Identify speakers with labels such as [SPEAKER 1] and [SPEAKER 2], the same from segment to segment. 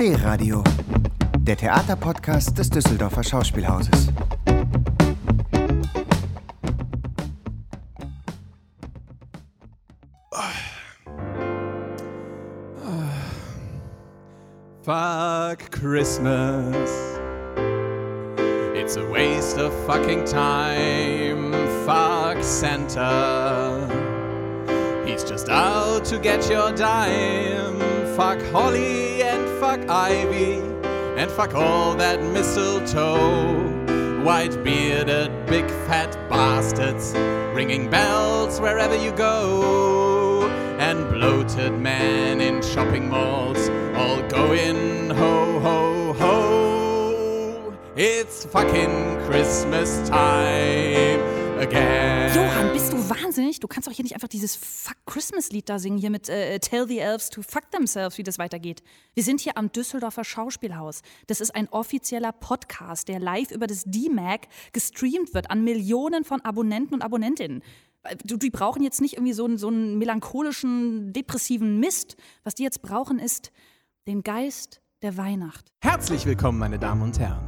[SPEAKER 1] D-Radio, der Theaterpodcast des Düsseldorfer Schauspielhauses.
[SPEAKER 2] Fuck Christmas. It's a waste of fucking time. Fuck Santa. He's just out to get your dime. Fuck Holly and fuck Ivy. And fuck all that mistletoe. White bearded, big fat bastards. Ringing bells wherever you go. And bloated men in shopping malls. All going ho ho ho. It's fucking Christmas time again.
[SPEAKER 3] Johann, bist du wahnsinnig? Du kannst doch hier nicht einfach dieses Fuck Christmas-Lied da singen, hier mit äh, Tell the Elves to Fuck Themselves, wie das weitergeht. Wir sind hier am Düsseldorfer Schauspielhaus. Das ist ein offizieller Podcast, der live über das D-Mag gestreamt wird an Millionen von Abonnenten und Abonnentinnen. Äh, Du, die brauchen jetzt nicht irgendwie so einen, so einen melancholischen, depressiven Mist. Was die jetzt brauchen, ist den Geist der Weihnacht.
[SPEAKER 2] Herzlich willkommen, meine Damen und Herren,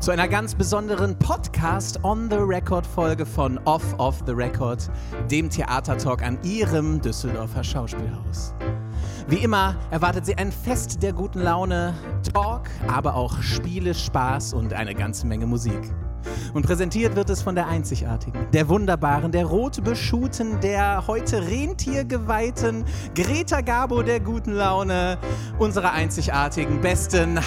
[SPEAKER 2] zu einer ganz besonderen Podcast on the Record Folge von Off Off the Record, dem Theatertalk an Ihrem Düsseldorfer Schauspielhaus. Wie immer erwartet Sie ein Fest der guten Laune, Talk, aber auch Spiele, Spaß und eine ganze Menge Musik. Und präsentiert wird es von der einzigartigen, der wunderbaren, der rot beschuhten, der heute Rentiergeweihten Greta Gabo der guten Laune, unserer einzigartigen, besten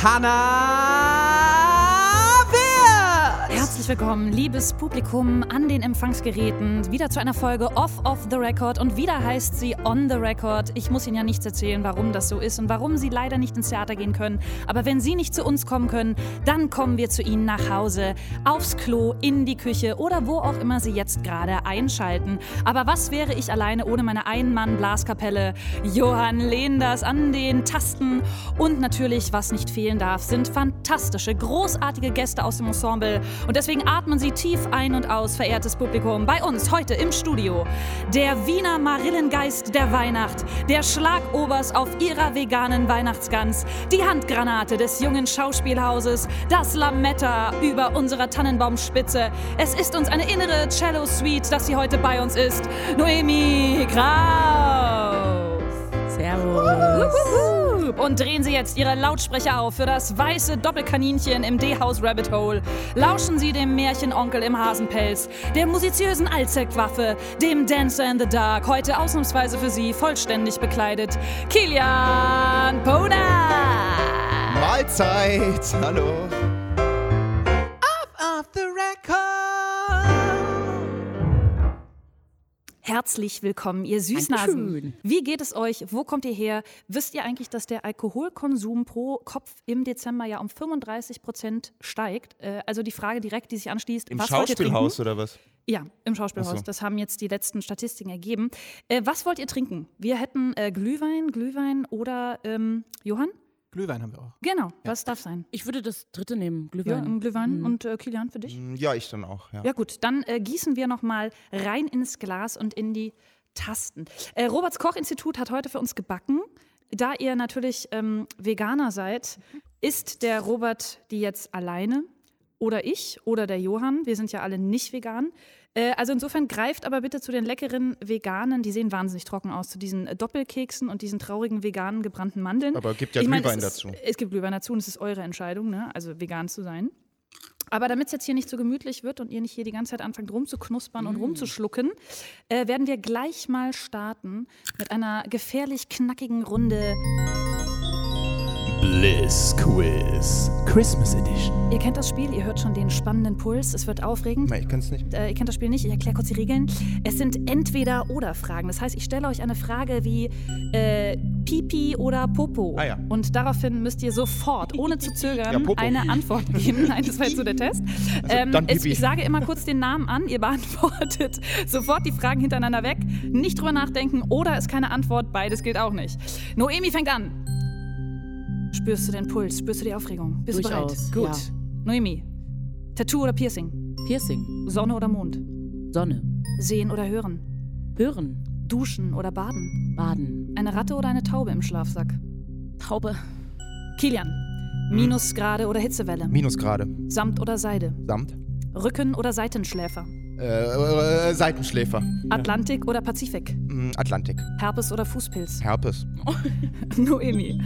[SPEAKER 2] Hanna Wirth.
[SPEAKER 3] Herzlich willkommen, liebes Publikum an den Empfangsgeräten, wieder zu einer Folge Off Off the Record und wieder heißt sie On the Record. Ich muss Ihnen ja nichts erzählen, warum das so ist und warum Sie leider nicht ins Theater gehen können. Aber wenn Sie nicht zu uns kommen können, dann kommen wir zu Ihnen nach Hause, aufs Klo, in die Küche oder wo auch immer Sie jetzt gerade einschalten. Aber was wäre ich alleine ohne meine Ein-Mann-Blaskapelle? Johann Lehnders an den Tasten und natürlich, was nicht fehlen darf, sind fantastische, großartige Gäste aus dem Ensemble. Und deswegen atmen Sie tief ein und aus, verehrtes Publikum. Bei uns heute im Studio der Wiener Marillengeist der Weihnacht, der Schlagobers auf ihrer veganen Weihnachtsgans, die Handgranate des jungen Schauspielhauses, das Lametta über unserer Tannenbaumspitze. Es ist uns eine innere Cello-Suite, dass sie heute bei uns ist. Noemi Kraus.
[SPEAKER 4] Servus.
[SPEAKER 3] Und drehen Sie jetzt Ihre Lautsprecher auf für das weiße Doppelkaninchen im D-House Rabbit Hole. Lauschen Sie dem Märchenonkel im Hasenpelz, der musiziösen Allzweckwaffe, dem Dancer in the Dark, heute ausnahmsweise für Sie vollständig bekleidet, Kilian Poda.
[SPEAKER 5] Mahlzeit! Hallo!
[SPEAKER 2] Off the Record.
[SPEAKER 3] Herzlich willkommen, ihr Süßnasen.
[SPEAKER 4] Dankeschön.
[SPEAKER 3] Wie geht es euch? Wo kommt ihr her? Wisst ihr eigentlich, dass der Alkoholkonsum pro Kopf im Dezember ja um 35 Prozent steigt? Äh, Also die Frage direkt, die sich anschließt.
[SPEAKER 5] Im
[SPEAKER 3] was wollt ihr
[SPEAKER 5] Schauspielhaus oder was?
[SPEAKER 3] Ja, im Schauspielhaus.
[SPEAKER 5] Ach so.
[SPEAKER 3] Das haben jetzt die letzten Statistiken ergeben. Äh, was wollt ihr trinken? Wir hätten äh, Glühwein, Glühwein oder ähm, Johann?
[SPEAKER 2] Glühwein haben wir auch.
[SPEAKER 3] Genau, was darf sein?
[SPEAKER 4] Ich würde das dritte nehmen,
[SPEAKER 3] Ja,
[SPEAKER 4] Glühwein.
[SPEAKER 3] ein Glühwein
[SPEAKER 4] Mhm.
[SPEAKER 3] und äh, Kilian für dich?
[SPEAKER 5] Hm, Ja, ich dann auch, ja.
[SPEAKER 3] Ja gut, dann äh, gießen wir nochmal rein ins Glas und in die Tasten. Äh, Roberts Koch Institut hat heute für uns gebacken. Da ihr natürlich ähm, Veganer seid, ist der Robert die jetzt alleine oder ich oder der Johann. Wir sind ja alle nicht vegan. Äh, also insofern greift aber bitte zu den leckeren Veganen. Die sehen wahnsinnig trocken aus, zu diesen äh, Doppelkeksen und diesen traurigen veganen gebrannten Mandeln.
[SPEAKER 5] Aber gibt ja
[SPEAKER 3] Ich meine,
[SPEAKER 5] Glühwein
[SPEAKER 3] es ist,
[SPEAKER 5] dazu.
[SPEAKER 3] Es gibt Glühwein dazu und es ist eure Entscheidung, ne? also vegan zu sein. Aber damit es jetzt hier nicht so gemütlich wird und ihr nicht hier die ganze Zeit anfangt rumzuknuspern und rumzuschlucken, äh, werden wir gleich mal starten mit einer gefährlich knackigen Runde.
[SPEAKER 2] Bliss Quiz. Christmas Edition.
[SPEAKER 3] Ihr kennt das Spiel, ihr hört schon den spannenden Puls, es wird aufregend.
[SPEAKER 5] Nein, ich kann es nicht.
[SPEAKER 3] äh, ihr kennt das Spiel nicht, ich erkläre kurz die Regeln. Es sind entweder oder Fragen. Das heißt, ich stelle euch eine Frage wie äh, Pipi oder Popo.
[SPEAKER 5] Ah ja.
[SPEAKER 3] Und daraufhin müsst ihr sofort, ohne zu
[SPEAKER 5] Ja,
[SPEAKER 3] zögern,
[SPEAKER 5] Popo. Also
[SPEAKER 3] eine Antwort geben. Nein, das war jetzt so der Test. ähm,
[SPEAKER 5] dann
[SPEAKER 3] es,
[SPEAKER 5] Pipi.
[SPEAKER 3] ich sage immer kurz den Namen an, ihr beantwortet sofort die Fragen hintereinander weg. Nicht drüber nachdenken oder ist keine Antwort, beides gilt auch nicht. Noemi fängt an. Spürst du den Puls? Spürst du die Aufregung? Bist
[SPEAKER 4] Durchaus,
[SPEAKER 3] du bereit?
[SPEAKER 4] ja.
[SPEAKER 3] Noemi, Tattoo oder Piercing?
[SPEAKER 4] Piercing.
[SPEAKER 3] Sonne oder Mond?
[SPEAKER 4] Sonne.
[SPEAKER 3] Sehen oder hören?
[SPEAKER 4] Hören.
[SPEAKER 3] Duschen oder baden?
[SPEAKER 4] Baden.
[SPEAKER 3] Eine Ratte oder eine Taube im Schlafsack?
[SPEAKER 4] Taube.
[SPEAKER 3] Kilian, Minusgrade oder Hitzewelle.
[SPEAKER 5] Minusgrade.
[SPEAKER 3] Samt oder Seide.
[SPEAKER 5] Samt.
[SPEAKER 3] Rücken oder Seitenschläfer.
[SPEAKER 5] Äh, äh, Seitenschläfer.
[SPEAKER 3] Atlantik oder Pazifik.
[SPEAKER 5] Mm, Atlantik.
[SPEAKER 3] Herpes oder Fußpilz.
[SPEAKER 5] Herpes.
[SPEAKER 3] Noemi.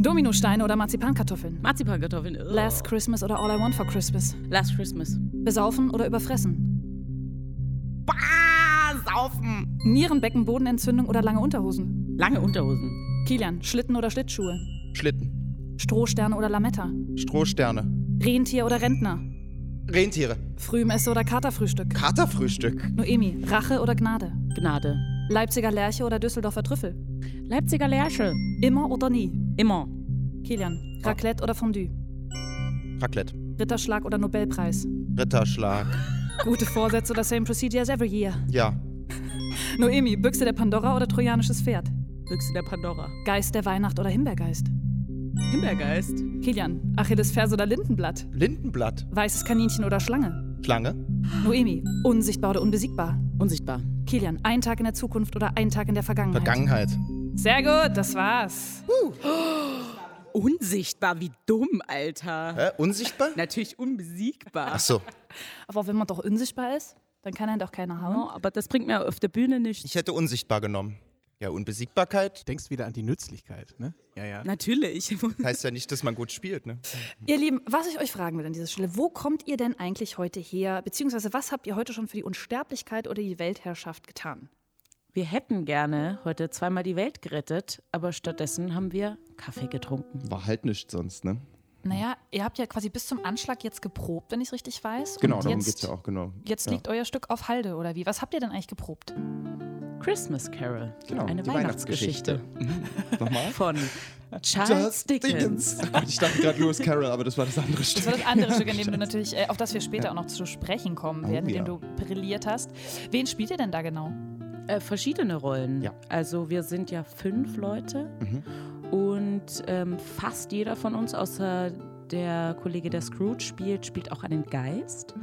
[SPEAKER 3] Dominosteine oder Marzipankartoffeln.
[SPEAKER 4] Marzipankartoffeln. Ugh.
[SPEAKER 3] Last Christmas oder All I Want for Christmas.
[SPEAKER 4] Last Christmas.
[SPEAKER 3] Besaufen oder überfressen. Bah, saufen. Nierenbeckenbodenentzündung oder lange Unterhosen.
[SPEAKER 4] Lange Unterhosen.
[SPEAKER 3] Kilian. Schlitten oder Schlittschuhe.
[SPEAKER 5] Schlitten.
[SPEAKER 3] Strohsterne oder Lametta.
[SPEAKER 5] Strohsterne.
[SPEAKER 3] Rentier oder Rentner.
[SPEAKER 5] Rentiere.
[SPEAKER 3] Frühmesse oder Katerfrühstück.
[SPEAKER 5] Katerfrühstück.
[SPEAKER 3] Noemi. Rache oder Gnade.
[SPEAKER 4] Gnade.
[SPEAKER 3] Leipziger Lerche oder Düsseldorfer Trüffel.
[SPEAKER 4] Leipziger Lärsche.
[SPEAKER 3] Immer oder nie.
[SPEAKER 4] Immer.
[SPEAKER 3] Kilian. Raclette oder Fondue.
[SPEAKER 5] Raclette.
[SPEAKER 3] Ritterschlag oder Nobelpreis.
[SPEAKER 5] Ritterschlag.
[SPEAKER 3] Gute Vorsätze oder Same Procedure as every year.
[SPEAKER 5] Ja.
[SPEAKER 3] Noemi. Büchse der Pandora oder trojanisches Pferd.
[SPEAKER 4] Büchse der Pandora.
[SPEAKER 3] Geist der Weihnacht oder Himbeergeist.
[SPEAKER 4] Himbeergeist.
[SPEAKER 3] Kilian. Achillesferse oder Lindenblatt.
[SPEAKER 5] Lindenblatt.
[SPEAKER 3] Weißes Kaninchen oder Schlange.
[SPEAKER 5] Schlange.
[SPEAKER 3] Noemi, unsichtbar oder unbesiegbar.
[SPEAKER 4] Unsichtbar.
[SPEAKER 3] Kilian, ein Tag in der Zukunft oder ein Tag in der Vergangenheit.
[SPEAKER 5] Vergangenheit.
[SPEAKER 3] Sehr gut, das war's.
[SPEAKER 4] Unsichtbar, wie dumm, Alter.
[SPEAKER 5] Hä? Unsichtbar?
[SPEAKER 4] Natürlich unbesiegbar.
[SPEAKER 5] Achso.
[SPEAKER 3] Aber wenn man doch unsichtbar ist, dann kann einen doch keiner hauen.
[SPEAKER 4] Oh, aber das bringt mir auf der Bühne nichts.
[SPEAKER 5] Ich hätte unsichtbar genommen. Ja, Unbesiegbarkeit
[SPEAKER 2] Denkst wieder an die Nützlichkeit, ne? Ja, ja.
[SPEAKER 4] Natürlich.
[SPEAKER 5] heißt ja nicht, dass man gut spielt, ne?
[SPEAKER 3] Ihr Lieben, was ich euch fragen will an dieser Stelle, wo kommt ihr denn eigentlich heute her? Beziehungsweise was habt ihr heute schon für die Unsterblichkeit oder die Weltherrschaft getan?
[SPEAKER 4] Wir hätten gerne heute zweimal die Welt gerettet, aber stattdessen haben wir Kaffee getrunken.
[SPEAKER 5] War halt nichts sonst, ne?
[SPEAKER 3] Naja, ihr habt ja quasi bis zum Anschlag jetzt geprobt, wenn ich es richtig weiß.
[SPEAKER 5] Genau,
[SPEAKER 3] Und
[SPEAKER 5] darum
[SPEAKER 3] jetzt,
[SPEAKER 5] geht's ja auch, genau.
[SPEAKER 3] Jetzt
[SPEAKER 5] ja.
[SPEAKER 3] liegt euer Stück auf Halde, oder wie? Was habt ihr denn eigentlich geprobt?
[SPEAKER 4] Christmas Carol.
[SPEAKER 5] Genau,
[SPEAKER 4] Eine
[SPEAKER 5] die
[SPEAKER 4] Weihnachtsgeschichte.
[SPEAKER 5] Nochmal?
[SPEAKER 4] Von Charles Dickens.
[SPEAKER 5] Oh Gott, ich dachte gerade Lewis Carroll, aber das war das andere
[SPEAKER 3] Das
[SPEAKER 5] Stück.
[SPEAKER 3] war das andere Stück, in dem du natürlich, äh, auf das wir später auch noch zu sprechen kommen werden, in dem
[SPEAKER 5] Oh ja.
[SPEAKER 3] du brilliert hast. Wen spielt ihr denn da genau?
[SPEAKER 4] Äh, verschiedene Rollen.
[SPEAKER 5] Ja. Mhm.
[SPEAKER 4] Also wir sind ja fünf Leute und ähm, fast jeder von uns, außer der Kollege, der Scrooge spielt, spielt auch einen Geist.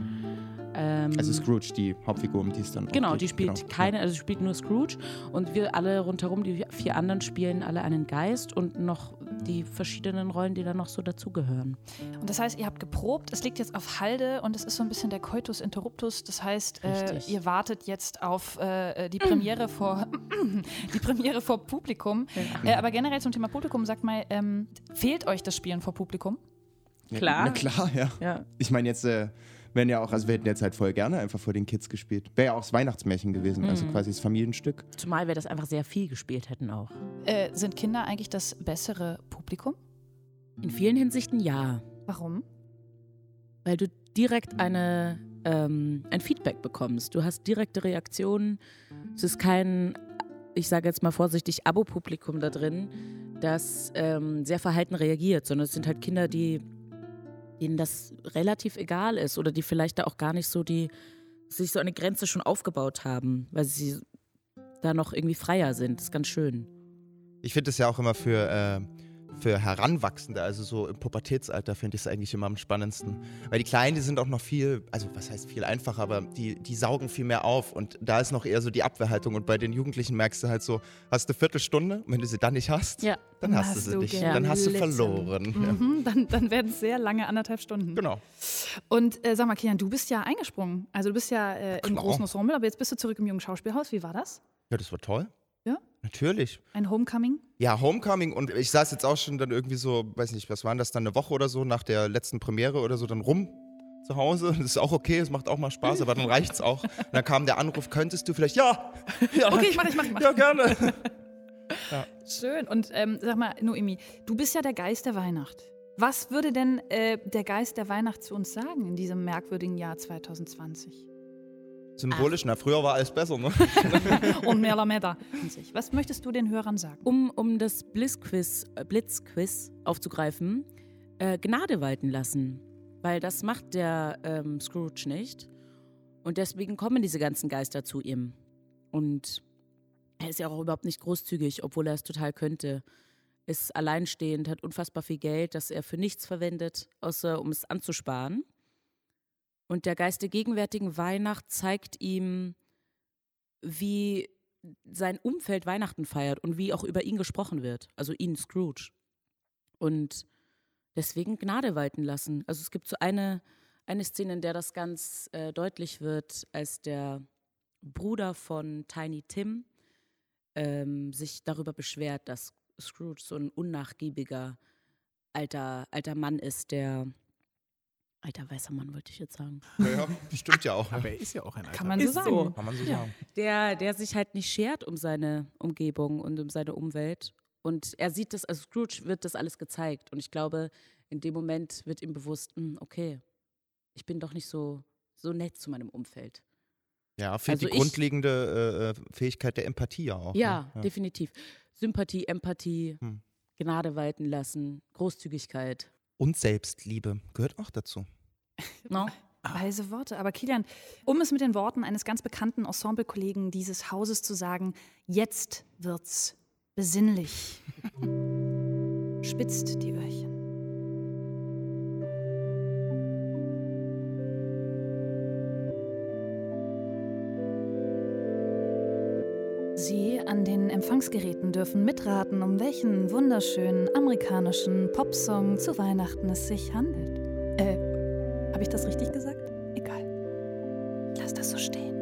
[SPEAKER 4] Ähm,
[SPEAKER 5] Also Scrooge, die Hauptfigur, um die es dann auch
[SPEAKER 4] Genau,
[SPEAKER 5] geht.
[SPEAKER 4] die spielt
[SPEAKER 5] Genau.
[SPEAKER 4] keine, also spielt nur Scrooge und wir alle rundherum, die vier anderen spielen alle einen Geist und noch die verschiedenen Rollen, die da noch so dazugehören.
[SPEAKER 3] Und das heißt, ihr habt geprobt, es liegt jetzt auf Halde und es ist so ein bisschen der Coitus Interruptus. Das heißt, äh,
[SPEAKER 4] Richtig.
[SPEAKER 3] ihr wartet jetzt auf äh, die Premiere vor die Premiere vor Publikum. Äh, aber generell zum Thema Publikum, sagt mal, ähm, fehlt euch das Spielen vor Publikum?
[SPEAKER 5] Ja,
[SPEAKER 4] Klar.
[SPEAKER 5] Na klar, ja.
[SPEAKER 4] Ja.
[SPEAKER 5] Ich meine, jetzt äh, wären ja auch, also wir hätten jetzt halt voll gerne einfach vor den Kids gespielt. Wäre ja auch das Weihnachtsmärchen gewesen,
[SPEAKER 4] Mhm.
[SPEAKER 5] also quasi das Familienstück.
[SPEAKER 4] Zumal wir das einfach sehr viel gespielt hätten auch.
[SPEAKER 3] Äh, sind Kinder eigentlich das bessere Publikum?
[SPEAKER 4] In vielen Hinsichten ja,
[SPEAKER 3] Warum?
[SPEAKER 4] weil du direkt eine, ähm, ein Feedback bekommst. Du hast direkte Reaktionen. Es ist kein, ich sage jetzt mal vorsichtig, Abo-Publikum da drin, das ähm, sehr verhalten reagiert, sondern es sind halt Kinder, die denen das relativ egal ist oder die vielleicht da auch gar nicht so die sich so eine Grenze schon aufgebaut haben, weil sie da noch irgendwie freier sind. Das ist ganz schön.
[SPEAKER 5] Ich finde es ja auch immer für, äh, für Heranwachsende, also so im Pubertätsalter finde ich es eigentlich immer am spannendsten. Weil die Kleinen, die sind auch noch viel, also was heißt viel einfacher, aber die, die saugen viel mehr auf und da ist noch eher so die Abwehrhaltung und bei den Jugendlichen merkst du halt so, hast du eine Viertelstunde und wenn du sie dann nicht hast,
[SPEAKER 4] Ja.
[SPEAKER 5] dann hast du sie nicht, dann hast du
[SPEAKER 3] gelitten.
[SPEAKER 5] verloren. Ja.
[SPEAKER 3] Mhm, dann dann werden es sehr lange anderthalb Stunden.
[SPEAKER 5] Genau.
[SPEAKER 3] Und äh, sag mal, Kian, du bist ja eingesprungen. Also du bist ja äh, im
[SPEAKER 5] Klar.
[SPEAKER 3] großen Ensemble, aber jetzt bist du zurück im jungen Schauspielhaus. Wie war das?
[SPEAKER 5] Ja, das war toll.
[SPEAKER 3] Ja?
[SPEAKER 5] Natürlich.
[SPEAKER 3] Ein Homecoming?
[SPEAKER 5] Ja, Homecoming und ich saß jetzt auch schon dann irgendwie so, weiß nicht, was waren das dann, eine Woche oder so nach der letzten Premiere oder so, dann rum zu Hause. Das ist auch okay, es macht auch mal Spaß, aber dann reicht's auch. Und dann kam der Anruf, könntest du vielleicht, ja, ja,
[SPEAKER 3] Okay, ich mach, ich mach, ich mach.
[SPEAKER 5] ja, gerne.
[SPEAKER 3] Schön. Und ähm, sag mal, Noemi, du bist ja der Geist der Weihnacht. Was würde denn äh, der Geist der Weihnacht zu uns sagen in diesem merkwürdigen Jahr 2020?
[SPEAKER 5] Symbolisch, na, früher war alles besser, ne?
[SPEAKER 3] Und mehr Lametta. Was möchtest du den Hörern sagen?
[SPEAKER 4] um, um das Blitzquiz, äh, Blitzquiz aufzugreifen, äh, Gnade walten lassen. Weil das macht der ähm, Scrooge nicht. Und deswegen kommen diese ganzen Geister zu ihm. Und er ist ja auch überhaupt nicht großzügig, obwohl er es total könnte. Ist alleinstehend, hat unfassbar viel Geld, das er für nichts verwendet, außer um es anzusparen. Und der Geist der gegenwärtigen Weihnacht zeigt ihm, wie sein Umfeld Weihnachten feiert und wie auch über ihn gesprochen wird. Also ihn, Scrooge. Und deswegen Gnade walten lassen. Also es gibt so eine, eine Szene, in der das ganz äh, deutlich wird, als der Bruder von Tiny Tim ähm, sich darüber beschwert, dass Scrooge so ein unnachgiebiger alter, alter Mann ist, der alter weißer Mann, wollte ich jetzt sagen. Also
[SPEAKER 5] Ja, das stimmt ja auch.
[SPEAKER 2] Aber er ist ja auch ein alter
[SPEAKER 3] Kann man so
[SPEAKER 4] Ist
[SPEAKER 3] sagen.
[SPEAKER 4] so.
[SPEAKER 5] Kann man so
[SPEAKER 3] Ja.
[SPEAKER 5] sagen.
[SPEAKER 4] der, der sich halt nicht schert um seine Umgebung und um seine Umwelt. Und er sieht das, also Scrooge wird das alles gezeigt. Und ich glaube, in dem Moment wird ihm bewusst, hm, okay, ich bin doch nicht so, so nett zu meinem Umfeld.
[SPEAKER 5] Ja, fehlt
[SPEAKER 4] Also
[SPEAKER 5] die
[SPEAKER 4] ich-
[SPEAKER 5] grundlegende äh, äh, Fähigkeit der Empathie ja auch.
[SPEAKER 4] ja,
[SPEAKER 5] ne?
[SPEAKER 4] definitiv. Sympathie, Empathie,
[SPEAKER 5] Hm.
[SPEAKER 4] Gnade walten lassen, Großzügigkeit.
[SPEAKER 5] Und Selbstliebe gehört auch dazu.
[SPEAKER 4] No?
[SPEAKER 3] Weise Worte. Aber Kilian, um es mit den Worten eines ganz bekannten Ensemble-Kollegen dieses Hauses zu sagen, jetzt wird's besinnlich. Spitzt die Öhrchen. Sie an den Empfangsgeräten dürfen mitraten, um welchen wunderschönen amerikanischen Popsong zu Weihnachten es sich handelt. Äh, habe ich das richtig gesagt? Egal. Lass das so stehen.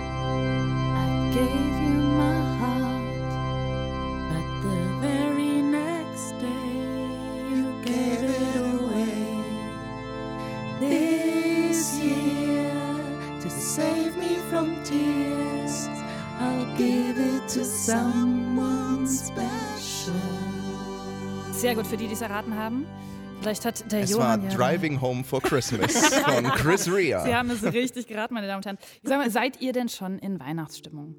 [SPEAKER 3] I gave you my heart.
[SPEAKER 4] But the very next day you gave it away. This year, to save me from tears, I'll give it to someone special.
[SPEAKER 3] Sehr gut für die, die es erraten haben. Vielleicht hat der
[SPEAKER 5] es
[SPEAKER 3] Johann.
[SPEAKER 5] war
[SPEAKER 3] ja-
[SPEAKER 5] Driving Home for Christmas von Chris Rea.
[SPEAKER 3] Sie haben es richtig geraten, meine Damen und Herren. Sag mal, seid ihr denn schon in Weihnachtsstimmung?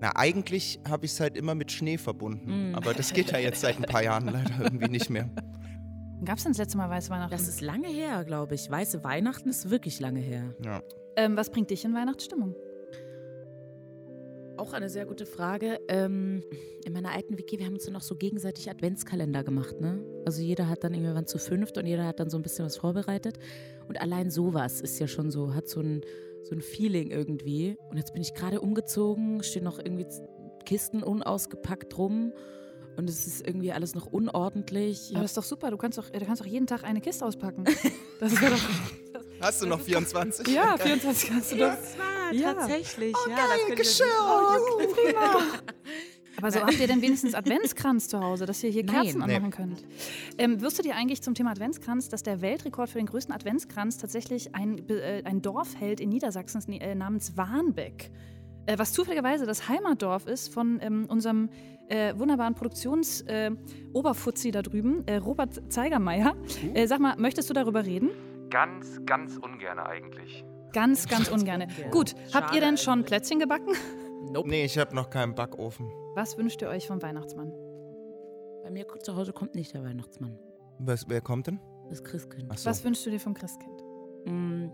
[SPEAKER 5] Na, eigentlich habe ich es halt immer mit Schnee verbunden.
[SPEAKER 3] Hm.
[SPEAKER 5] Aber das geht ja jetzt seit ein paar Jahren leider irgendwie nicht mehr.
[SPEAKER 3] Gab es denn das letzte Mal Weiße Weihnachten?
[SPEAKER 4] Das ist lange her, glaube ich. Weiße Weihnachten ist wirklich lange her.
[SPEAKER 5] Ja.
[SPEAKER 3] ähm, was bringt dich in Weihnachtsstimmung?
[SPEAKER 4] Auch eine sehr gute Frage. Ähm, in meiner alten Wiki, wir haben uns dann auch so gegenseitig Adventskalender gemacht, ne? Also jeder hat dann irgendwann zu fünft und jeder hat dann so ein bisschen was vorbereitet. Und allein sowas ist ja schon so, hat so ein, so ein Feeling irgendwie. Und jetzt bin ich gerade umgezogen, stehen noch irgendwie z- Kisten unausgepackt rum und es ist irgendwie alles noch unordentlich.
[SPEAKER 3] Ja. Aber das ist doch super. Du kannst doch, du kannst doch jeden Tag eine Kiste auspacken. Das wäre doch.
[SPEAKER 5] Hast du noch 24?
[SPEAKER 3] Ja, 24 kannst du das. Ja.
[SPEAKER 4] tatsächlich. ja,
[SPEAKER 5] Geschirr. juhu.
[SPEAKER 3] Prima. Aber so habt ihr denn wenigstens Adventskranz zu Hause, dass ihr hier
[SPEAKER 4] Nein.
[SPEAKER 3] Kerzen
[SPEAKER 5] Nee.
[SPEAKER 3] anmachen könnt. Ähm, wirst du dir eigentlich zum Thema Adventskranz, dass der Weltrekord für den größten Adventskranz tatsächlich ein, Be- äh, ein Dorf hält in Niedersachsen s- äh, namens Warnbeck? Äh, was zufälligerweise das Heimatdorf ist von ähm, unserem äh, wunderbaren Produktionsoberfuzzi äh, Oberfuzzi da drüben, äh, Robert Zeigermeier. Äh, sag mal, möchtest du darüber reden?
[SPEAKER 6] Ganz, ganz ungerne eigentlich.
[SPEAKER 3] Ganz, ganz ungerne. Gut, habt ihr denn schon Plätzchen gebacken?
[SPEAKER 5] Nee, ich habe noch keinen Backofen.
[SPEAKER 3] Was wünscht ihr euch vom Weihnachtsmann?
[SPEAKER 4] Bei mir zu Hause kommt nicht der Weihnachtsmann.
[SPEAKER 5] Was, wer kommt denn?
[SPEAKER 4] Das Christkind.
[SPEAKER 5] Ach so.
[SPEAKER 3] Was wünschst du dir vom Christkind?
[SPEAKER 4] Mm,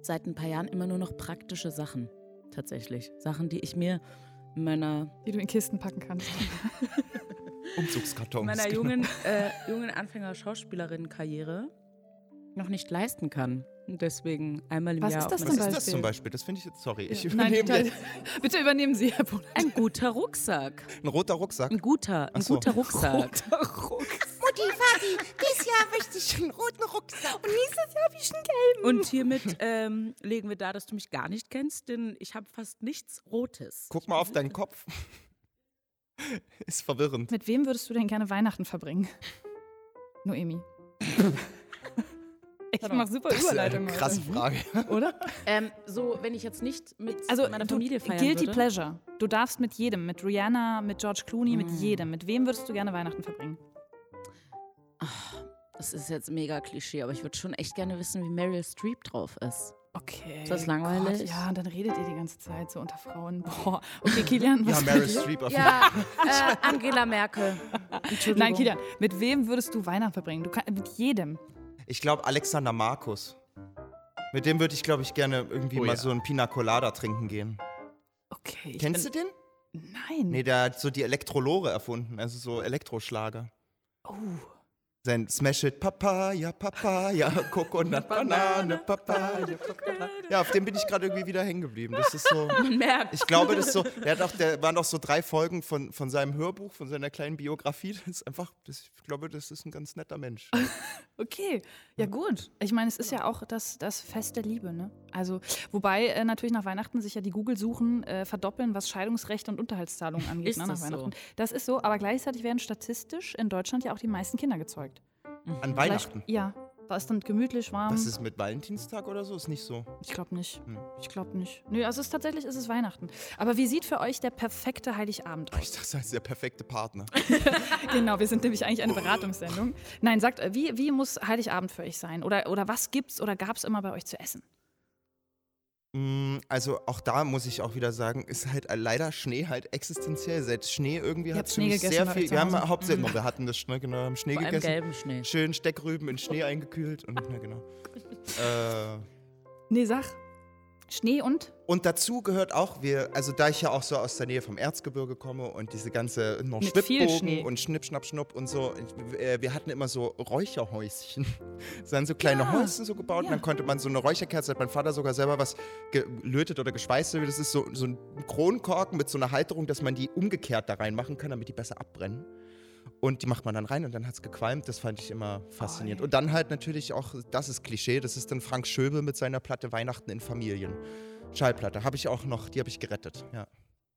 [SPEAKER 4] seit ein paar Jahren immer nur noch praktische Sachen, tatsächlich. Sachen, die ich mir in meiner,
[SPEAKER 3] Die du in Kisten packen kannst.
[SPEAKER 5] Umzugskartons.
[SPEAKER 4] meiner
[SPEAKER 5] genau.
[SPEAKER 4] jungen, äh, jungen Anfänger-Schauspielerin-Karriere noch nicht leisten kann. Und deswegen einmal im
[SPEAKER 3] Was
[SPEAKER 4] Jahr
[SPEAKER 3] ist
[SPEAKER 4] auf
[SPEAKER 3] das
[SPEAKER 4] meine-
[SPEAKER 5] Was ist das
[SPEAKER 3] Beispiel.
[SPEAKER 5] zum Beispiel? Das finde ich jetzt, sorry, ich
[SPEAKER 3] Nein,
[SPEAKER 5] übernehme
[SPEAKER 3] total.
[SPEAKER 5] jetzt.
[SPEAKER 3] Bitte übernehmen Sie, Herr Bruder.
[SPEAKER 4] Ein guter Rucksack.
[SPEAKER 5] Ein roter Rucksack.
[SPEAKER 4] Ein guter, ein
[SPEAKER 5] Ach so.
[SPEAKER 4] guter Rucksack. Und hiermit ähm, legen wir da, dass du mich gar nicht kennst, denn ich habe fast nichts Rotes.
[SPEAKER 5] Guck mal auf deinen Kopf. Ist verwirrend.
[SPEAKER 3] Mit wem würdest du denn gerne Weihnachten verbringen? Noemi. ich mache super
[SPEAKER 5] Das ist eine
[SPEAKER 3] Überleitung.
[SPEAKER 5] krasse Frage.
[SPEAKER 3] heute, oder?
[SPEAKER 4] Ähm, so, wenn ich jetzt nicht mit
[SPEAKER 3] Also,
[SPEAKER 4] meiner
[SPEAKER 3] du-
[SPEAKER 4] Familie feiern
[SPEAKER 3] Guilty
[SPEAKER 4] würde.
[SPEAKER 3] Pleasure. Du darfst mit jedem, mit Rihanna, mit George Clooney, mit jedem. Mit wem würdest du gerne Weihnachten verbringen?
[SPEAKER 4] Das ist jetzt mega Klischee, aber ich würde schon echt gerne wissen, wie Meryl Streep drauf ist.
[SPEAKER 3] Okay.
[SPEAKER 4] Ist das langweilig?
[SPEAKER 3] Gott, ja, und dann redet ihr die ganze Zeit so unter Frauen. Boah. Okay, Kilian, was
[SPEAKER 5] Ja,
[SPEAKER 3] bei
[SPEAKER 5] Meryl
[SPEAKER 3] dir?
[SPEAKER 5] Streep auf jeden
[SPEAKER 4] Ja, äh, Angela Merkel. Entschuldigung.
[SPEAKER 3] Nein, Kilian, mit wem würdest du Weihnachten verbringen? Du kann, mit jedem.
[SPEAKER 5] Ich glaube, Alexander Markus. Mit dem würde ich, glaube ich, gerne irgendwie
[SPEAKER 2] Oh
[SPEAKER 5] mal
[SPEAKER 2] ja.
[SPEAKER 5] so ein Pina Colada trinken gehen.
[SPEAKER 3] Okay. ich
[SPEAKER 5] Kennst
[SPEAKER 3] bin,
[SPEAKER 5] du den?
[SPEAKER 3] Nein.
[SPEAKER 5] Nee, der hat so die Elektrolore erfunden, also so Elektroschlager.
[SPEAKER 3] Oh.
[SPEAKER 5] Sein Smash It Papaya, Papaya, Coconut Banane, Papaya. Papaya. Ja, auf dem bin ich gerade irgendwie wieder hängen geblieben. Das ist so.
[SPEAKER 4] Man merkt.
[SPEAKER 5] Ich glaube, das ist so. Der hat auch, der waren auch so drei Folgen von, von seinem Hörbuch, von seiner kleinen Biografie. Das ist einfach, das, ich glaube, das ist ein ganz netter Mensch.
[SPEAKER 3] Okay, ja gut. Ich meine, es ist ja auch das, das Fest der Liebe, ne? Also, wobei äh, natürlich nach Weihnachten sich ja die Google-Suchen äh, verdoppeln, was Scheidungsrecht und Unterhaltszahlungen angeht.
[SPEAKER 4] Ist
[SPEAKER 3] ne,
[SPEAKER 4] das
[SPEAKER 3] nach
[SPEAKER 4] so?
[SPEAKER 3] Weihnachten. Das ist so, aber gleichzeitig werden statistisch in Deutschland ja auch die meisten Kinder gezeugt.
[SPEAKER 5] An
[SPEAKER 3] Vielleicht-
[SPEAKER 5] Weihnachten.
[SPEAKER 3] Ja. Da ist dann gemütlich warm.
[SPEAKER 5] Was ist mit Valentinstag oder so? Ist nicht so.
[SPEAKER 3] Ich glaube nicht.
[SPEAKER 5] Hm.
[SPEAKER 3] Ich glaube nicht. Nö, also es ist tatsächlich es ist Weihnachten. Aber wie sieht für euch der perfekte Heiligabend aus?
[SPEAKER 5] Ich dachte, das ist der perfekte Partner.
[SPEAKER 3] Genau, wir sind nämlich eigentlich eine Beratungssendung. Nein, sagt, äh, wie, wie muss Heiligabend für euch sein? Oder, oder was gibt's oder gab's immer bei euch zu essen?
[SPEAKER 5] Mm, Also auch da muss ich auch wieder sagen, ist halt leider Schnee halt existenziell. Seit Schnee irgendwie
[SPEAKER 3] Ihr
[SPEAKER 5] hat
[SPEAKER 3] habt
[SPEAKER 5] es
[SPEAKER 3] Schnee gegessen
[SPEAKER 5] sehr
[SPEAKER 3] bei euch
[SPEAKER 5] viel.
[SPEAKER 3] zu
[SPEAKER 5] Wir haben
[SPEAKER 3] Hause? Mhm.
[SPEAKER 5] hauptsächlich, wir hatten das Schnee, genau, haben Schnee
[SPEAKER 4] Vor allem
[SPEAKER 5] gegessen.
[SPEAKER 4] gelben Schnee.
[SPEAKER 5] Schön Steckrüben in Schnee eingekühlt und na genau. äh,
[SPEAKER 3] Nee, sag. Schnee und?
[SPEAKER 5] und dazu gehört auch, wir, also da ich ja auch so aus der Nähe vom Erzgebirge komme und diese ganze noch
[SPEAKER 3] Mit viel Schnee.
[SPEAKER 5] Schnittbogen und Schnipp, Schnapp, Schnupp und so, ich- äh, wir hatten immer so Räucherhäuschen. Es waren so kleine Häuschen so gebaut und dann konnte man so eine Räucherkerze, hat mein Vater sogar selber was gelötet oder geschweißt. Das ist so, so ein Kronkorken mit so einer Halterung, dass man die umgekehrt da reinmachen kann, damit die besser abbrennen. Und die macht man dann rein und dann hat es gequalmt. Das fand ich immer faszinierend. Und dann halt natürlich auch, das ist Klischee, das ist dann Frank Schöbel mit seiner Platte Weihnachten in Familien. Schallplatte habe ich auch noch, die habe ich gerettet. Ja.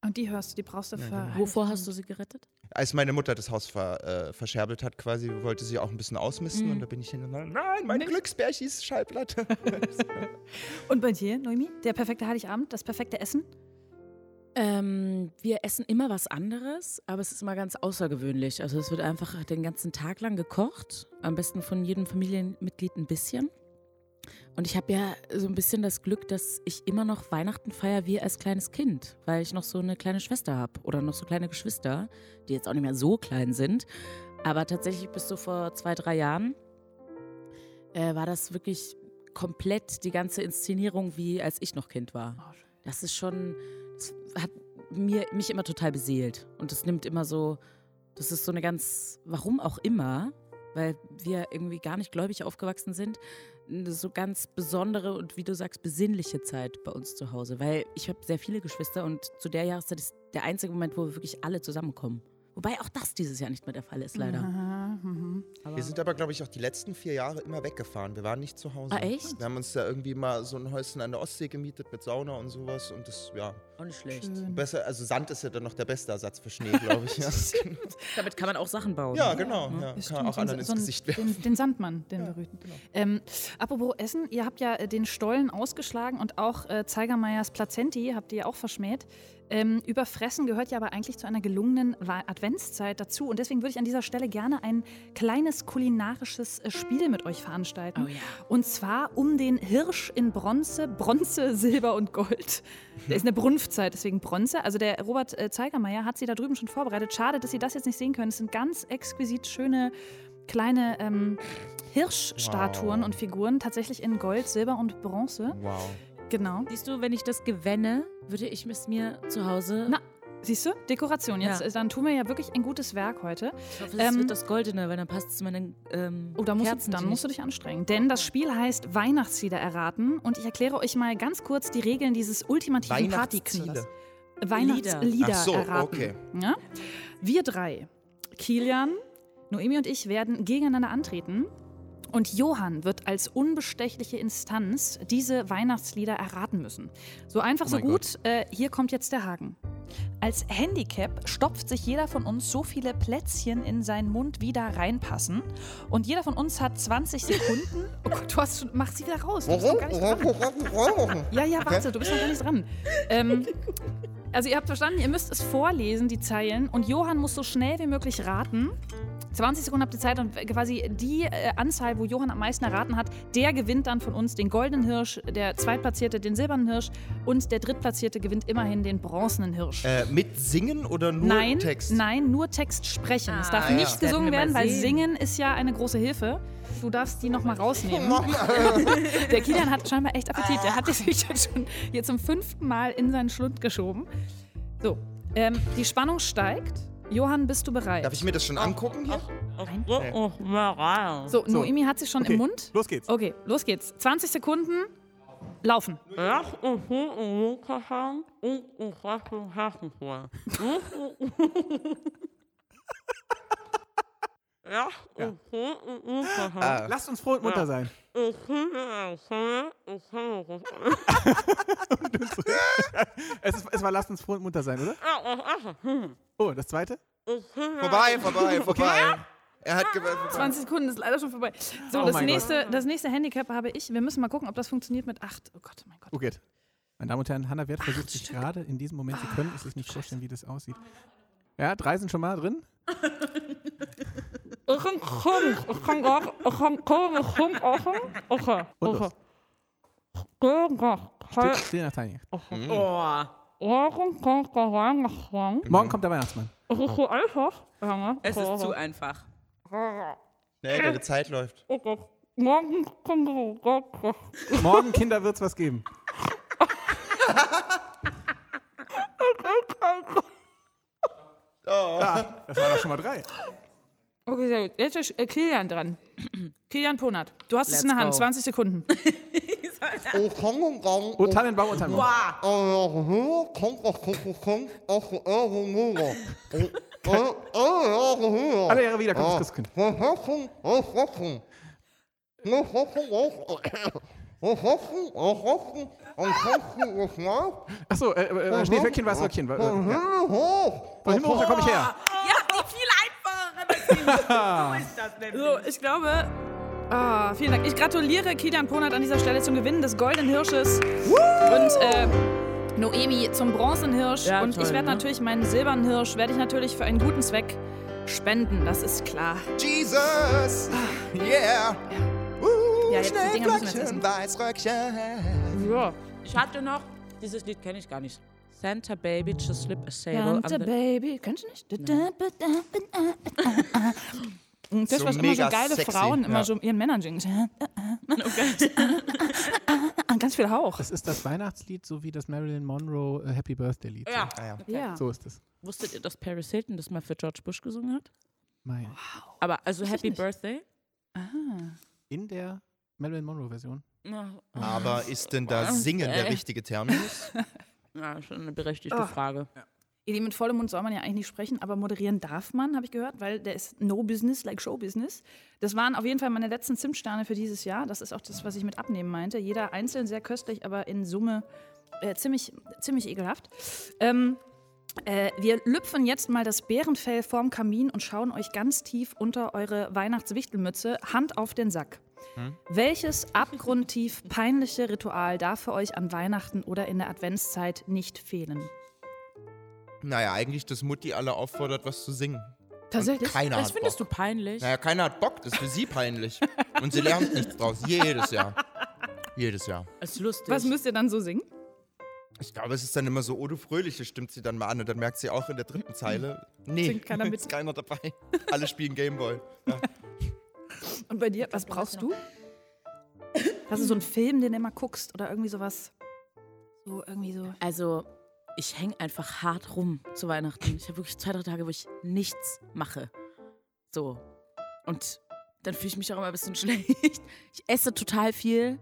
[SPEAKER 3] Und die hörst du, die brauchst du für.
[SPEAKER 5] genau.
[SPEAKER 4] Wovor hast du sie gerettet?
[SPEAKER 5] Als meine Mutter das Haus ver, äh, verscherbelt hat, quasi, wollte sie auch ein bisschen ausmisten
[SPEAKER 4] Mhm.
[SPEAKER 5] und da bin ich hin und dann, nein, meine Glücksbärchis Schallplatte.
[SPEAKER 3] Und bei dir, Noemi? Der perfekte Heiligabend, das perfekte Essen?
[SPEAKER 4] Ähm, wir essen immer was anderes, aber es ist immer ganz außergewöhnlich. Also es wird einfach den ganzen Tag lang gekocht, am besten von jedem Familienmitglied ein bisschen. Und ich habe ja so ein bisschen das Glück, dass ich immer noch Weihnachten feiere wie als kleines Kind, weil ich noch so eine kleine Schwester habe oder noch so kleine Geschwister, die jetzt auch nicht mehr so klein sind. Aber tatsächlich bis so vor zwei, drei Jahren äh, war das wirklich komplett die ganze Inszenierung, wie als ich noch Kind war. Das ist schon, das hat mir, mich immer total beseelt. Und das nimmt immer so, das ist so eine ganz, warum auch immer, weil wir irgendwie gar nicht gläubig aufgewachsen sind, eine so ganz besondere und wie du sagst, besinnliche Zeit bei uns zu Hause. Weil ich habe sehr viele Geschwister und zu der Jahreszeit ist der einzige Moment, wo wir wirklich alle zusammenkommen. Wobei auch das dieses Jahr nicht mehr der Fall ist, leider.
[SPEAKER 3] Mhm.
[SPEAKER 5] Ah, Wir sind aber, glaube ich, auch die letzten vier Jahre immer weggefahren. Wir waren nicht zu Hause.
[SPEAKER 4] Ah, echt?
[SPEAKER 5] Wir haben uns da irgendwie mal so ein Häuschen an der Ostsee gemietet mit Sauna und sowas. Und das, ja,
[SPEAKER 4] Auch nicht schlecht.
[SPEAKER 5] besser, also Sand ist ja dann noch der beste Ersatz für Schnee, glaube ich. Ja,
[SPEAKER 4] Damit kann man auch Sachen bauen.
[SPEAKER 5] ja genau. Ja.
[SPEAKER 3] Das
[SPEAKER 5] Kann
[SPEAKER 3] stimmt,
[SPEAKER 5] auch anderen ins
[SPEAKER 3] so ein-
[SPEAKER 5] Gesicht werfen. genau.
[SPEAKER 3] Den, den Sandmann, den berühmten. Ähm, apropos Essen, ihr habt ja äh, den Stollen ausgeschlagen und auch äh, Zeigermeyers Plazenti habt ihr ja auch verschmäht. Ähm, überfressen gehört ja aber eigentlich zu einer gelungenen Wa- Adventszeit dazu. Und deswegen würde ich an dieser Stelle gerne ein kleines kulinarisches äh, Spiel mit euch veranstalten.
[SPEAKER 4] Oh ja.
[SPEAKER 3] Und zwar um den Hirsch in Bronze, Bronze, Silber und Gold. Der ist eine Brunftzeit, deswegen Bronze. Also der Robert äh, Zeigermeier hat sie da drüben schon vorbereitet. Schade, dass Sie das jetzt nicht sehen können. Es sind ganz exquisit schöne kleine ähm, Hirschstatuen
[SPEAKER 5] Wow.
[SPEAKER 3] und Figuren, tatsächlich in Gold, Silber und Bronze.
[SPEAKER 5] Wow.
[SPEAKER 3] Genau.
[SPEAKER 4] Siehst du, wenn ich das gewänne, würde ich es mir zu Hause.
[SPEAKER 3] Na, Siehst du? Dekoration. Jetzt,
[SPEAKER 4] Ja.
[SPEAKER 3] äh, Dann tun wir ja wirklich ein gutes Werk heute.
[SPEAKER 4] ich hoffe, es
[SPEAKER 3] ähm,
[SPEAKER 4] wird das Goldene, weil dann passt es zu meinen. Ähm,
[SPEAKER 3] Oh, da musst,
[SPEAKER 4] Kerzen,
[SPEAKER 3] du, dann
[SPEAKER 4] die
[SPEAKER 3] musst du
[SPEAKER 4] nicht-
[SPEAKER 3] dich anstrengen. Denn das Spiel heißt Weihnachtslieder erraten. Und ich erkläre euch mal ganz kurz die Regeln dieses ultimativen Partyknallers.
[SPEAKER 5] Weihnachtsziele.
[SPEAKER 3] Weihnachtslieder
[SPEAKER 5] Ach so,
[SPEAKER 3] erraten.
[SPEAKER 5] okay.
[SPEAKER 3] Ja? Wir drei, Kilian, Noemi und ich, werden gegeneinander antreten. Und Johann wird als unbestechliche Instanz diese Weihnachtslieder erraten müssen. So einfach,
[SPEAKER 5] Oh
[SPEAKER 3] so
[SPEAKER 5] mein
[SPEAKER 3] gut. Äh, hier kommt jetzt der Haken. Als Handicap stopft sich jeder von uns so viele Plätzchen in seinen Mund, wie da reinpassen. Und jeder von uns hat 20 Sekunden. Oh Gott, du hast schon, mach sie wieder raus. Du bist noch gar nicht dran. Ja, ja, warte, du bist noch gar nicht dran. Ähm, also ihr habt verstanden, ihr müsst es vorlesen, die Zeilen. Und Johann muss so schnell wie möglich raten. 20 Sekunden habt ihr Zeit und quasi die äh, Anzahl, wo Johann am meisten erraten hat, der gewinnt dann von uns den goldenen Hirsch, der Zweitplatzierte den silbernen Hirsch und der Drittplatzierte gewinnt immerhin den bronzenen Hirsch.
[SPEAKER 5] Äh, mit Singen oder nur
[SPEAKER 3] nein,
[SPEAKER 5] Text?
[SPEAKER 3] nein, nur Text sprechen. es darf
[SPEAKER 5] Ah, ja.
[SPEAKER 3] nicht gesungen
[SPEAKER 4] Werden
[SPEAKER 3] werden,
[SPEAKER 4] wir mal
[SPEAKER 3] weil
[SPEAKER 4] sehen.
[SPEAKER 3] Singen ist ja eine große Hilfe. Du darfst die nochmal rausnehmen. Der Kilian hat scheinbar echt Appetit. Der hat das Hühnchen schon hier zum fünften Mal in seinen Schlund geschoben. So, ähm, die Spannung steigt. Johann, bist du bereit?
[SPEAKER 5] Darf ich mir das schon angucken hier?
[SPEAKER 4] Oh, Mara.
[SPEAKER 3] So, Noemi hat sie schon
[SPEAKER 2] Okay,
[SPEAKER 3] im Mund.
[SPEAKER 2] Los geht's.
[SPEAKER 3] Okay, los geht's. 20 Sekunden. Laufen.
[SPEAKER 5] Ah.
[SPEAKER 2] Lasst uns froh und munter sein. Es, ist, es war lasst uns froh und munter sein, oder? Oh, das zweite?
[SPEAKER 5] Vorbei, vorbei, vorbei. Er hat gewonnen.
[SPEAKER 3] 20 Sekunden ist leider schon vorbei. So,
[SPEAKER 2] Oh
[SPEAKER 3] das,
[SPEAKER 2] mein
[SPEAKER 3] nächste, das nächste Handicap habe ich. Wir müssen mal gucken, ob das funktioniert mit 8. Oh Gott, oh mein Gott.
[SPEAKER 2] Oh, geht. Meine Damen und Herren, Hannah Wert versucht sich gerade in diesem Moment, Sie können es sich nicht vorstellen, wie das aussieht. Ja, drei sind schon mal drin. Und los. Still, still nach Tanja. Morgen kommt der Weihnachtsmann.
[SPEAKER 4] Es ist zu einfach.
[SPEAKER 5] Nee, deine Zeit läuft.
[SPEAKER 2] Morgen, Kinder, wird's was geben. Ah, das waren doch schon mal drei.
[SPEAKER 3] Okay, sehr gut. Jetzt ist äh, Kilian dran. Kilian Ponat, du hast es in der
[SPEAKER 4] Let's
[SPEAKER 3] Hand.
[SPEAKER 4] go.
[SPEAKER 3] 20 Sekunden.
[SPEAKER 5] Oh, Kong und Kong.
[SPEAKER 2] Oh, Tannenbaum und Tannenbaum. Alle Jahre wieder kommt das Christkind. Achso, äh, äh, Schneeflöckchen, Weißröckchen. wa- äh, Ja. Von Himmel hoch, da komme ich her.
[SPEAKER 4] Ja, die viel einfachere. So ist das nämlich.
[SPEAKER 3] So, ich glaube. Ah, vielen Dank. Ich gratuliere Kilian Ponat an dieser Stelle zum Gewinnen des Goldenen Hirsches und äh, Noemi zum Bronzenen Hirsch.
[SPEAKER 4] Ja,
[SPEAKER 3] und
[SPEAKER 4] toll,
[SPEAKER 3] ich werde
[SPEAKER 4] ne?
[SPEAKER 3] natürlich meinen Silbernen Hirsch werde ich natürlich für einen guten Zweck spenden. Das ist klar.
[SPEAKER 5] Jesus! Yeah! Uh,
[SPEAKER 3] Ja, jetzt die Dinger müssen wir jetzt essen.
[SPEAKER 5] Schneeflöckchen, Weißröckchen.
[SPEAKER 4] Ich hatte noch, dieses Lied kenne ich gar nicht. Santa Baby, just slip a sable
[SPEAKER 3] Dante
[SPEAKER 4] under-
[SPEAKER 3] Baby, kennst du nicht? Das,
[SPEAKER 5] So
[SPEAKER 3] was immer so
[SPEAKER 5] mega
[SPEAKER 3] geile
[SPEAKER 5] sexy,
[SPEAKER 3] Frauen immer
[SPEAKER 5] ja.
[SPEAKER 3] so ihren Männern singen. Ganz viel Hauch.
[SPEAKER 2] Das ist das Weihnachtslied, so wie das Marilyn Monroe äh, Happy Birthday Lied.
[SPEAKER 4] Ja.
[SPEAKER 3] Ja.
[SPEAKER 2] So ist es.
[SPEAKER 4] Wusstet ihr, dass Paris Hilton das mal für George Bush gesungen hat?
[SPEAKER 2] Mein.
[SPEAKER 4] Aber also Happy
[SPEAKER 3] nicht.
[SPEAKER 4] Birthday.
[SPEAKER 2] In der Marilyn Monroe Version.
[SPEAKER 4] Ja,
[SPEAKER 5] Aber ist denn da Singen der richtige Terminus?
[SPEAKER 4] ja, schon eine berechtigte
[SPEAKER 3] Ah.
[SPEAKER 4] Frage.
[SPEAKER 3] Ihr Lieben, mit vollem Mund soll man ja eigentlich nicht sprechen, aber moderieren darf man, habe ich gehört, weil der ist no business like show business. Das waren auf jeden Fall meine letzten Zimtsterne für dieses Jahr. Das ist auch das, was ich mit abnehmen meinte. Jeder einzeln sehr köstlich, aber in Summe äh, ziemlich, ziemlich ekelhaft. Ähm, äh, wir lüpfen jetzt mal das Bärenfell vorm Kamin und schauen euch ganz tief unter eure Weihnachtswichtelmütze, Hand auf den Sack. Welches abgrundtief peinliche Ritual darf für euch an Weihnachten oder in der Adventszeit nicht fehlen?
[SPEAKER 5] Naja, eigentlich, dass Mutti alle auffordert, was zu singen.
[SPEAKER 3] Tatsächlich?
[SPEAKER 5] Keiner
[SPEAKER 4] Das
[SPEAKER 5] hat
[SPEAKER 4] findest du
[SPEAKER 5] Bock.
[SPEAKER 4] peinlich.
[SPEAKER 5] Naja, keiner hat Bock, das ist für sie peinlich. Und sie lernt nichts draus. Jedes Jahr. Jedes Jahr.
[SPEAKER 4] Ist lustig.
[SPEAKER 3] Was müsst ihr dann so singen?
[SPEAKER 5] Ich glaube, es ist dann immer so, oh du Fröhliche, stimmt sie dann mal an. Und dann merkt sie auch in der dritten Zeile, nee,
[SPEAKER 3] Singt keiner mit.
[SPEAKER 5] ist keiner dabei. Alle spielen Gameboy.
[SPEAKER 3] Und bei dir, was brauchst du? Hast du so einen Film, den du immer guckst oder irgendwie sowas? So, irgendwie so.
[SPEAKER 4] also, ich hänge einfach hart rum zu Weihnachten. Ich habe wirklich zwei, drei Tage, wo ich nichts mache. So. Und dann fühle ich mich auch immer ein bisschen schlecht. Ich esse total viel.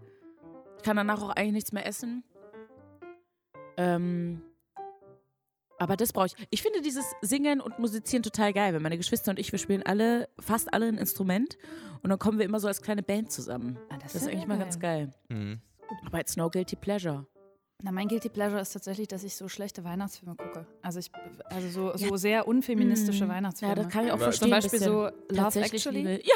[SPEAKER 4] Ich kann danach auch eigentlich nichts mehr essen. Ähm. Aber das brauche ich. Ich finde dieses Singen und Musizieren total geil, weil meine Geschwister und ich, wir spielen alle, fast alle ein Instrument und dann kommen wir immer so als kleine Band zusammen.
[SPEAKER 3] Ah, das
[SPEAKER 4] das,
[SPEAKER 3] ist
[SPEAKER 4] ist
[SPEAKER 3] ja
[SPEAKER 4] eigentlich mal
[SPEAKER 3] geil.
[SPEAKER 4] ganz geil.
[SPEAKER 5] Mhm.
[SPEAKER 4] Aber jetzt no guilty pleasure.
[SPEAKER 3] Na, mein Guilty Pleasure ist tatsächlich, dass ich so schlechte Weihnachtsfilme gucke. Also, ich, also so, so sehr unfeministische Weihnachtsfilme.
[SPEAKER 4] Ja, ne? das kann ich auch
[SPEAKER 5] Aber
[SPEAKER 4] verstehen.
[SPEAKER 3] Zum Beispiel
[SPEAKER 4] bisschen.
[SPEAKER 3] so Love
[SPEAKER 4] Tatsächlich,
[SPEAKER 3] Actually.
[SPEAKER 4] Liebe. Ja,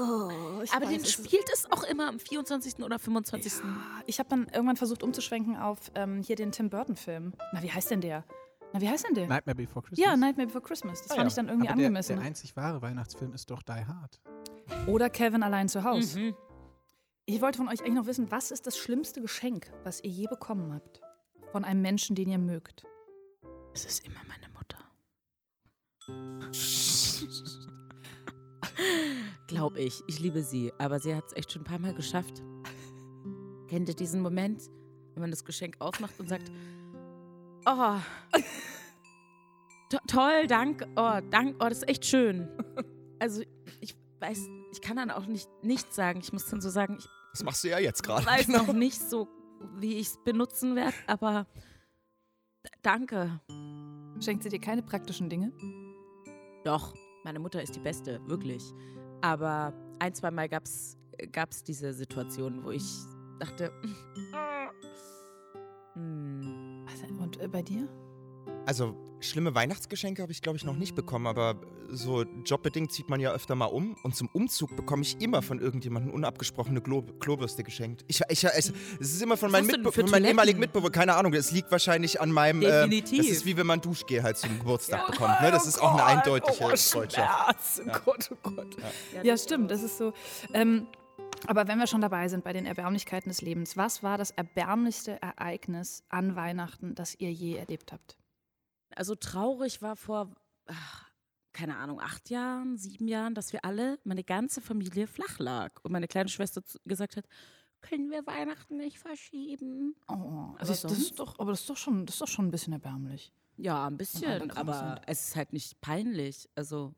[SPEAKER 3] Oh, ich
[SPEAKER 4] aber
[SPEAKER 3] weiß
[SPEAKER 4] den
[SPEAKER 3] es.
[SPEAKER 4] spielt es auch immer am 24. oder 25.
[SPEAKER 3] Ah, Ich habe dann irgendwann versucht umzuschwenken auf ähm, hier den Tim Burton-Film. Na, wie heißt denn der? Na, wie heißt denn der?
[SPEAKER 2] Nightmare Before Christmas.
[SPEAKER 3] Ja, Nightmare Before Christmas. Das
[SPEAKER 5] Ah,
[SPEAKER 3] fand
[SPEAKER 5] ja.
[SPEAKER 3] ich dann irgendwie
[SPEAKER 2] Aber der,
[SPEAKER 3] angemessen.
[SPEAKER 2] der einzig wahre Weihnachtsfilm ist doch Die Hard.
[SPEAKER 3] Oder Kevin allein zu Hause.
[SPEAKER 4] Mhm.
[SPEAKER 3] Ich wollte von euch eigentlich noch wissen, was ist das schlimmste Geschenk, was ihr je bekommen habt? Von einem Menschen, den ihr mögt.
[SPEAKER 4] Es ist immer meine Mutter. Glaub ich. Ich liebe sie, aber sie hat es echt schon ein paar Mal geschafft. Kennt ihr diesen Moment, wenn man das Geschenk aufmacht und sagt, oh, to toll, dank, oh, dank, oh, das ist echt schön. Also ich weiß, ich kann dann auch nicht nichts sagen. Ich muss dann so sagen, ich
[SPEAKER 5] Das machst du ja jetzt gerade.
[SPEAKER 4] weiß noch nicht so, wie ich es benutzen werde, aber d- danke.
[SPEAKER 3] Schenkt sie dir keine praktischen Dinge?
[SPEAKER 4] Doch, meine Mutter ist die Beste, wirklich. Aber ein, zweimal gab es gab's diese Situation, wo ich dachte, hm,
[SPEAKER 3] Was, und äh, bei dir?
[SPEAKER 5] Also schlimme Weihnachtsgeschenke habe ich, glaube ich, noch nicht bekommen, aber so jobbedingt zieht man ja öfter mal um und zum Umzug bekomme ich immer von irgendjemandem unabgesprochene Glo Klobürste geschenkt. Ich, ich, es, es ist immer von
[SPEAKER 4] Was
[SPEAKER 5] meinen,
[SPEAKER 4] hast du denn
[SPEAKER 5] Mitbe
[SPEAKER 4] für
[SPEAKER 5] von meinen
[SPEAKER 4] Toiletten?
[SPEAKER 5] ehemaligen Mitbewohnern, keine Ahnung, es liegt wahrscheinlich an meinem... äh,
[SPEAKER 4] Definitiv.
[SPEAKER 5] das ist wie wenn man Duschgel halt zum Geburtstag bekommt, ne? Das ist auch eine
[SPEAKER 4] Oh,
[SPEAKER 5] eindeutige Freundschaft.
[SPEAKER 3] Schmerz. Oh Gott, oh Gott. Ja, stimmt, das ist so. Ähm, aber wenn wir schon dabei sind bei den Erbärmlichkeiten des Lebens, was war das erbärmlichste Ereignis an Weihnachten, das ihr je erlebt habt?
[SPEAKER 4] Also traurig war vor, ach, keine Ahnung, acht Jahren, sieben Jahren, dass wir alle, meine ganze Familie flach lag. Und meine kleine Schwester zu- gesagt hat, können wir Weihnachten nicht verschieben?
[SPEAKER 3] Oh,
[SPEAKER 4] das ist- das ist
[SPEAKER 3] doch, aber das ist doch schon, das ist doch schon ein bisschen erbärmlich.
[SPEAKER 4] Ja, ein
[SPEAKER 3] alle
[SPEAKER 4] bisschen,
[SPEAKER 3] krank
[SPEAKER 4] aber
[SPEAKER 3] sind.
[SPEAKER 4] es ist halt nicht peinlich. Also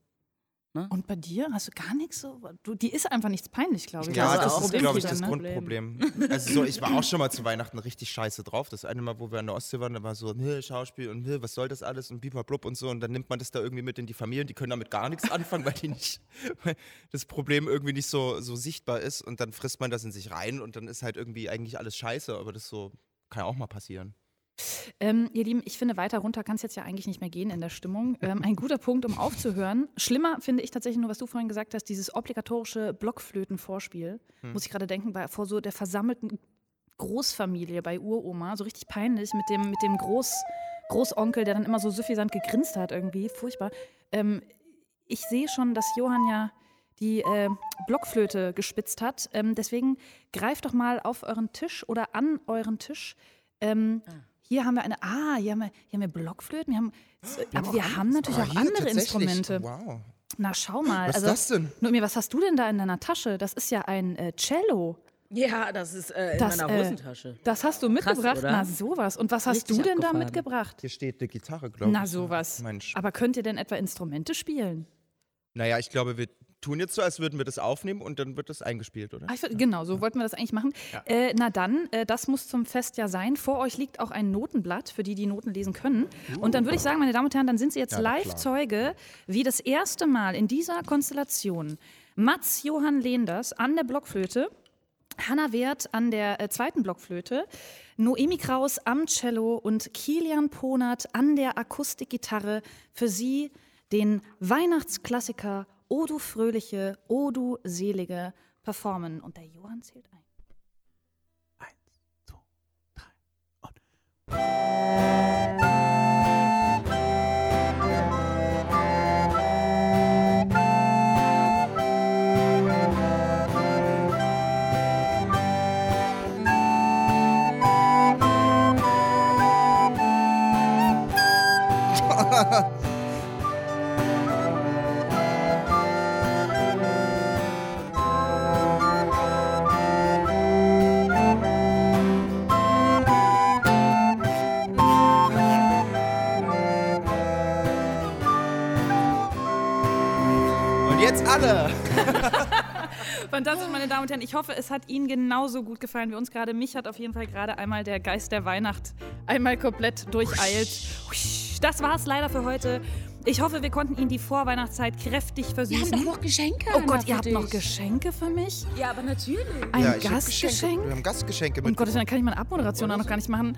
[SPEAKER 3] Und bei dir hast du gar nichts so. Du, die ist einfach nichts peinlich, glaube ich.
[SPEAKER 4] Das
[SPEAKER 5] Ja,
[SPEAKER 4] ist
[SPEAKER 5] das
[SPEAKER 4] auch
[SPEAKER 5] ist,
[SPEAKER 4] ein
[SPEAKER 5] glaube ich,
[SPEAKER 4] Problem,
[SPEAKER 5] das
[SPEAKER 4] ne?
[SPEAKER 5] Grundproblem. Also so, ich war auch schon mal zu Weihnachten richtig scheiße drauf. Das eine Mal, wo wir an der Ostsee waren, da war so, ne, Schauspiel und ne, was soll das alles und blub und so. Und dann nimmt man das da irgendwie mit in die Familie und die können damit gar nichts anfangen, weil, die nicht, weil das Problem irgendwie nicht so, so sichtbar ist. Und dann frisst man das in sich rein und dann ist halt irgendwie eigentlich alles scheiße. Aber das so kann ja auch mal passieren.
[SPEAKER 3] Ähm, ihr Lieben, ich finde, weiter runter kann es jetzt ja eigentlich nicht mehr gehen in der Stimmung. Ähm, ein guter Punkt, um aufzuhören. Schlimmer finde ich tatsächlich nur, was du vorhin gesagt hast, dieses obligatorische Blockflöten-Vorspiel. Muss ich gerade denken, bei, vor so der versammelten Großfamilie bei Uroma. So richtig peinlich mit dem, mit dem Groß, Großonkel, der dann immer so süffisant gegrinst hat irgendwie. Furchtbar. Ähm, ich sehe schon, dass Johann ja die äh, Blockflöte gespitzt hat. Ähm, deswegen greift doch mal auf euren Tisch oder an euren Tisch. Ähm, Hier haben wir eine, ah, hier haben wir, hier haben wir Blockflöten, wir haben, aber wir haben natürlich auch Ah,
[SPEAKER 5] Ah, hier
[SPEAKER 3] andere
[SPEAKER 5] tatsächlich.
[SPEAKER 3] Instrumente.
[SPEAKER 5] Wow.
[SPEAKER 3] Na, schau mal.
[SPEAKER 5] Was ist
[SPEAKER 3] also,
[SPEAKER 5] das denn?
[SPEAKER 3] Noemi, was hast du denn da in deiner Tasche? Das ist ja ein äh, Cello.
[SPEAKER 4] ja, das ist in
[SPEAKER 3] Das,
[SPEAKER 4] meiner
[SPEAKER 3] äh,
[SPEAKER 4] Hosentasche.
[SPEAKER 3] Das hast du mitgebracht.
[SPEAKER 4] oder?
[SPEAKER 3] Na, sowas. Und was hast
[SPEAKER 4] Richtig
[SPEAKER 3] du denn
[SPEAKER 4] abgefahren.
[SPEAKER 3] da mitgebracht?
[SPEAKER 5] Hier steht eine Gitarre, glaube ich.
[SPEAKER 3] Na, sowas.
[SPEAKER 5] Mensch.
[SPEAKER 3] Aber könnt ihr denn etwa Instrumente spielen?
[SPEAKER 5] Naja, ich glaube, wir tun jetzt so, als würden wir das aufnehmen und dann wird das eingespielt, oder?
[SPEAKER 3] Ah, ich, find- genau, so wollten wir das eigentlich machen. Äh, na dann, äh, das muss zum Fest ja sein. Vor euch liegt auch ein Notenblatt, für die, die Noten lesen können.
[SPEAKER 5] Uh.
[SPEAKER 3] Und dann würde ich sagen, meine Damen und Herren, dann sind Sie jetzt live Zeuge, wie das erste Mal in dieser Konstellation Mats Johann Lenders an der Blockflöte, Hanna Wert an der äh, zweiten Blockflöte, Noemi Kraus am Cello und Kilian Ponert an der Akustikgitarre für Sie den Weihnachtsklassiker O du fröhliche, O du selige performen. Und der Johann zählt ein. Ah.
[SPEAKER 5] Und jetzt alle!
[SPEAKER 3] Fantastisch, meine Damen und Herren. Ich hoffe, es hat Ihnen genauso gut gefallen wie uns gerade. Mich hat auf jeden Fall gerade einmal der Geist der Weihnacht einmal komplett durcheilt. Husch. Das war's leider für heute. Ich hoffe, wir konnten Ihnen die Vorweihnachtszeit kräftig versüßen. Wir haben doch noch Geschenke. Oh Gott, ihr habt noch Geschenke für mich?
[SPEAKER 4] Ja, aber natürlich.
[SPEAKER 3] Ein
[SPEAKER 5] Ja, ich hab
[SPEAKER 3] Gastgeschenk?
[SPEAKER 5] Geschenke. Wir haben Gastgeschenke
[SPEAKER 3] Um
[SPEAKER 5] mit.
[SPEAKER 3] Gottes Willen, kann ich meine Abmoderation da noch gar nicht machen.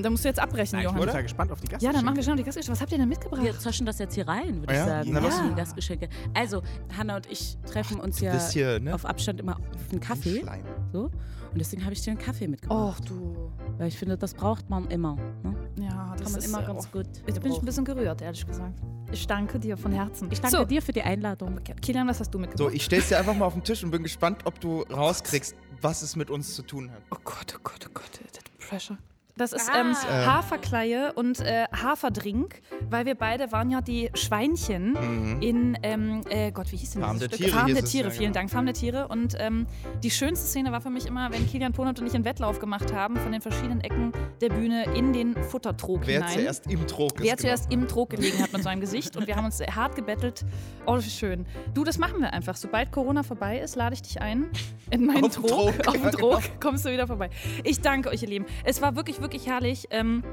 [SPEAKER 3] Da musst du jetzt abbrechen,
[SPEAKER 2] Nein, ich bin
[SPEAKER 3] Johann.
[SPEAKER 2] total gespannt auf die Gäste.
[SPEAKER 3] Ja, dann machen wir schnell die Gastgeschenke. Was habt ihr denn mitgebracht?
[SPEAKER 4] Wir zoschen das jetzt hier rein, würde
[SPEAKER 5] Ah ja?
[SPEAKER 4] ich sagen.
[SPEAKER 5] Na los.
[SPEAKER 4] Die Gastgeschenke. Also, Hanna und ich treffen uns
[SPEAKER 5] Du
[SPEAKER 4] ja
[SPEAKER 5] bist hier, ne?
[SPEAKER 4] auf Abstand immer auf einen Kaffee.
[SPEAKER 5] Schleim.
[SPEAKER 4] So. Und deswegen habe ich dir einen Kaffee mitgebracht.
[SPEAKER 7] Och du.
[SPEAKER 5] Oh.
[SPEAKER 4] Weil ich finde, das braucht man immer. Ne?
[SPEAKER 7] Ja, das
[SPEAKER 4] Kann man
[SPEAKER 7] ist
[SPEAKER 4] immer
[SPEAKER 7] äh,
[SPEAKER 4] ganz
[SPEAKER 7] auch-
[SPEAKER 4] gut.
[SPEAKER 7] Da bin ich ein bisschen gerührt, ehrlich gesagt. Ich danke dir von Herzen.
[SPEAKER 4] Ich danke
[SPEAKER 7] so.
[SPEAKER 4] dir für die Einladung.
[SPEAKER 7] Kilian, was hast du mitgebracht?
[SPEAKER 5] So, ich stell's dir einfach mal auf den Tisch und bin gespannt, ob
[SPEAKER 3] Oh
[SPEAKER 5] du rauskriegst, was es mit uns zu tun hat.
[SPEAKER 7] Oh Gott, oh Gott, oh Gott, that pressure.
[SPEAKER 3] Das ist ähm, Haferkleie und äh, Haferdrink, weil wir beide waren ja die Schweinchen in, ähm, äh, Gott, wie hieß denn
[SPEAKER 5] Farm
[SPEAKER 3] dieses
[SPEAKER 5] der
[SPEAKER 3] Stück?
[SPEAKER 5] Tiere
[SPEAKER 3] Farm
[SPEAKER 5] hieß
[SPEAKER 3] der
[SPEAKER 5] es,
[SPEAKER 3] Tiere,
[SPEAKER 5] ja,
[SPEAKER 3] vielen
[SPEAKER 5] genau.
[SPEAKER 3] Dank, Farm der Tiere. Und ähm, die schönste Szene war für mich immer, wenn Kilian Ponert und ich einen Wettlauf gemacht haben, von den verschiedenen Ecken der Bühne in den Futtertrog
[SPEAKER 5] Wer
[SPEAKER 3] hinein.
[SPEAKER 5] zuerst im Trog ist. genau.
[SPEAKER 3] Wer zuerst im Trog gelegen hat mit seinem Gesicht und wir haben uns sehr hart gebettelt. Oh, das ist schön. Du, das machen wir einfach. Sobald Corona vorbei ist, lade ich dich ein in meinen
[SPEAKER 5] Auf den
[SPEAKER 3] Trog.
[SPEAKER 5] Trog,
[SPEAKER 3] Auf
[SPEAKER 5] ja,
[SPEAKER 3] den Trog kommst du wieder vorbei. Ich danke euch, ihr Lieben. Es war wirklich, wirklich herrlich. Ähm,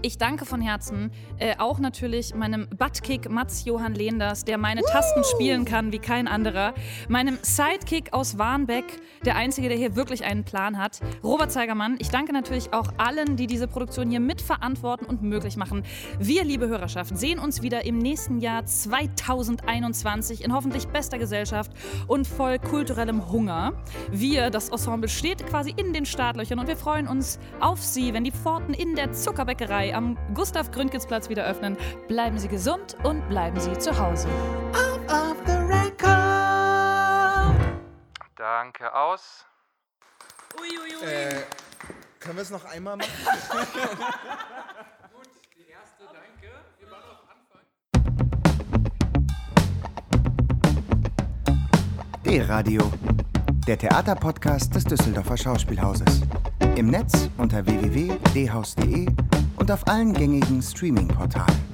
[SPEAKER 3] ich danke von Herzen äh, auch natürlich meinem Buttkick Mats Johann Lehenders, der meine Tasten spielen kann wie kein anderer. Meinem Sidekick aus Warnbeck, der Einzige, der hier wirklich einen Plan hat. Robert Zeigermann, ich danke natürlich auch allen, die diese Produktion hier mitverantworten und möglich machen. Wir, liebe Hörerschaft, sehen uns wieder im nächsten Jahr 2021 in hoffentlich bester Gesellschaft und voll kulturellem Hunger. Wir, das Ensemble, steht quasi in den Startlöchern und wir freuen uns auf Sie, wenn die Pforten in der Zuckerbäckerei am Gustav-Gründgens-Platz wieder öffnen. Bleiben Sie gesund und bleiben Sie zu Hause.
[SPEAKER 6] Danke aus.
[SPEAKER 5] Äh, können wir es noch einmal machen?
[SPEAKER 1] D-Radio, der Theaterpodcast des Düsseldorfer Schauspielhauses. Im Netz unter www.dhaus.de und auf allen gängigen Streaming-Portalen.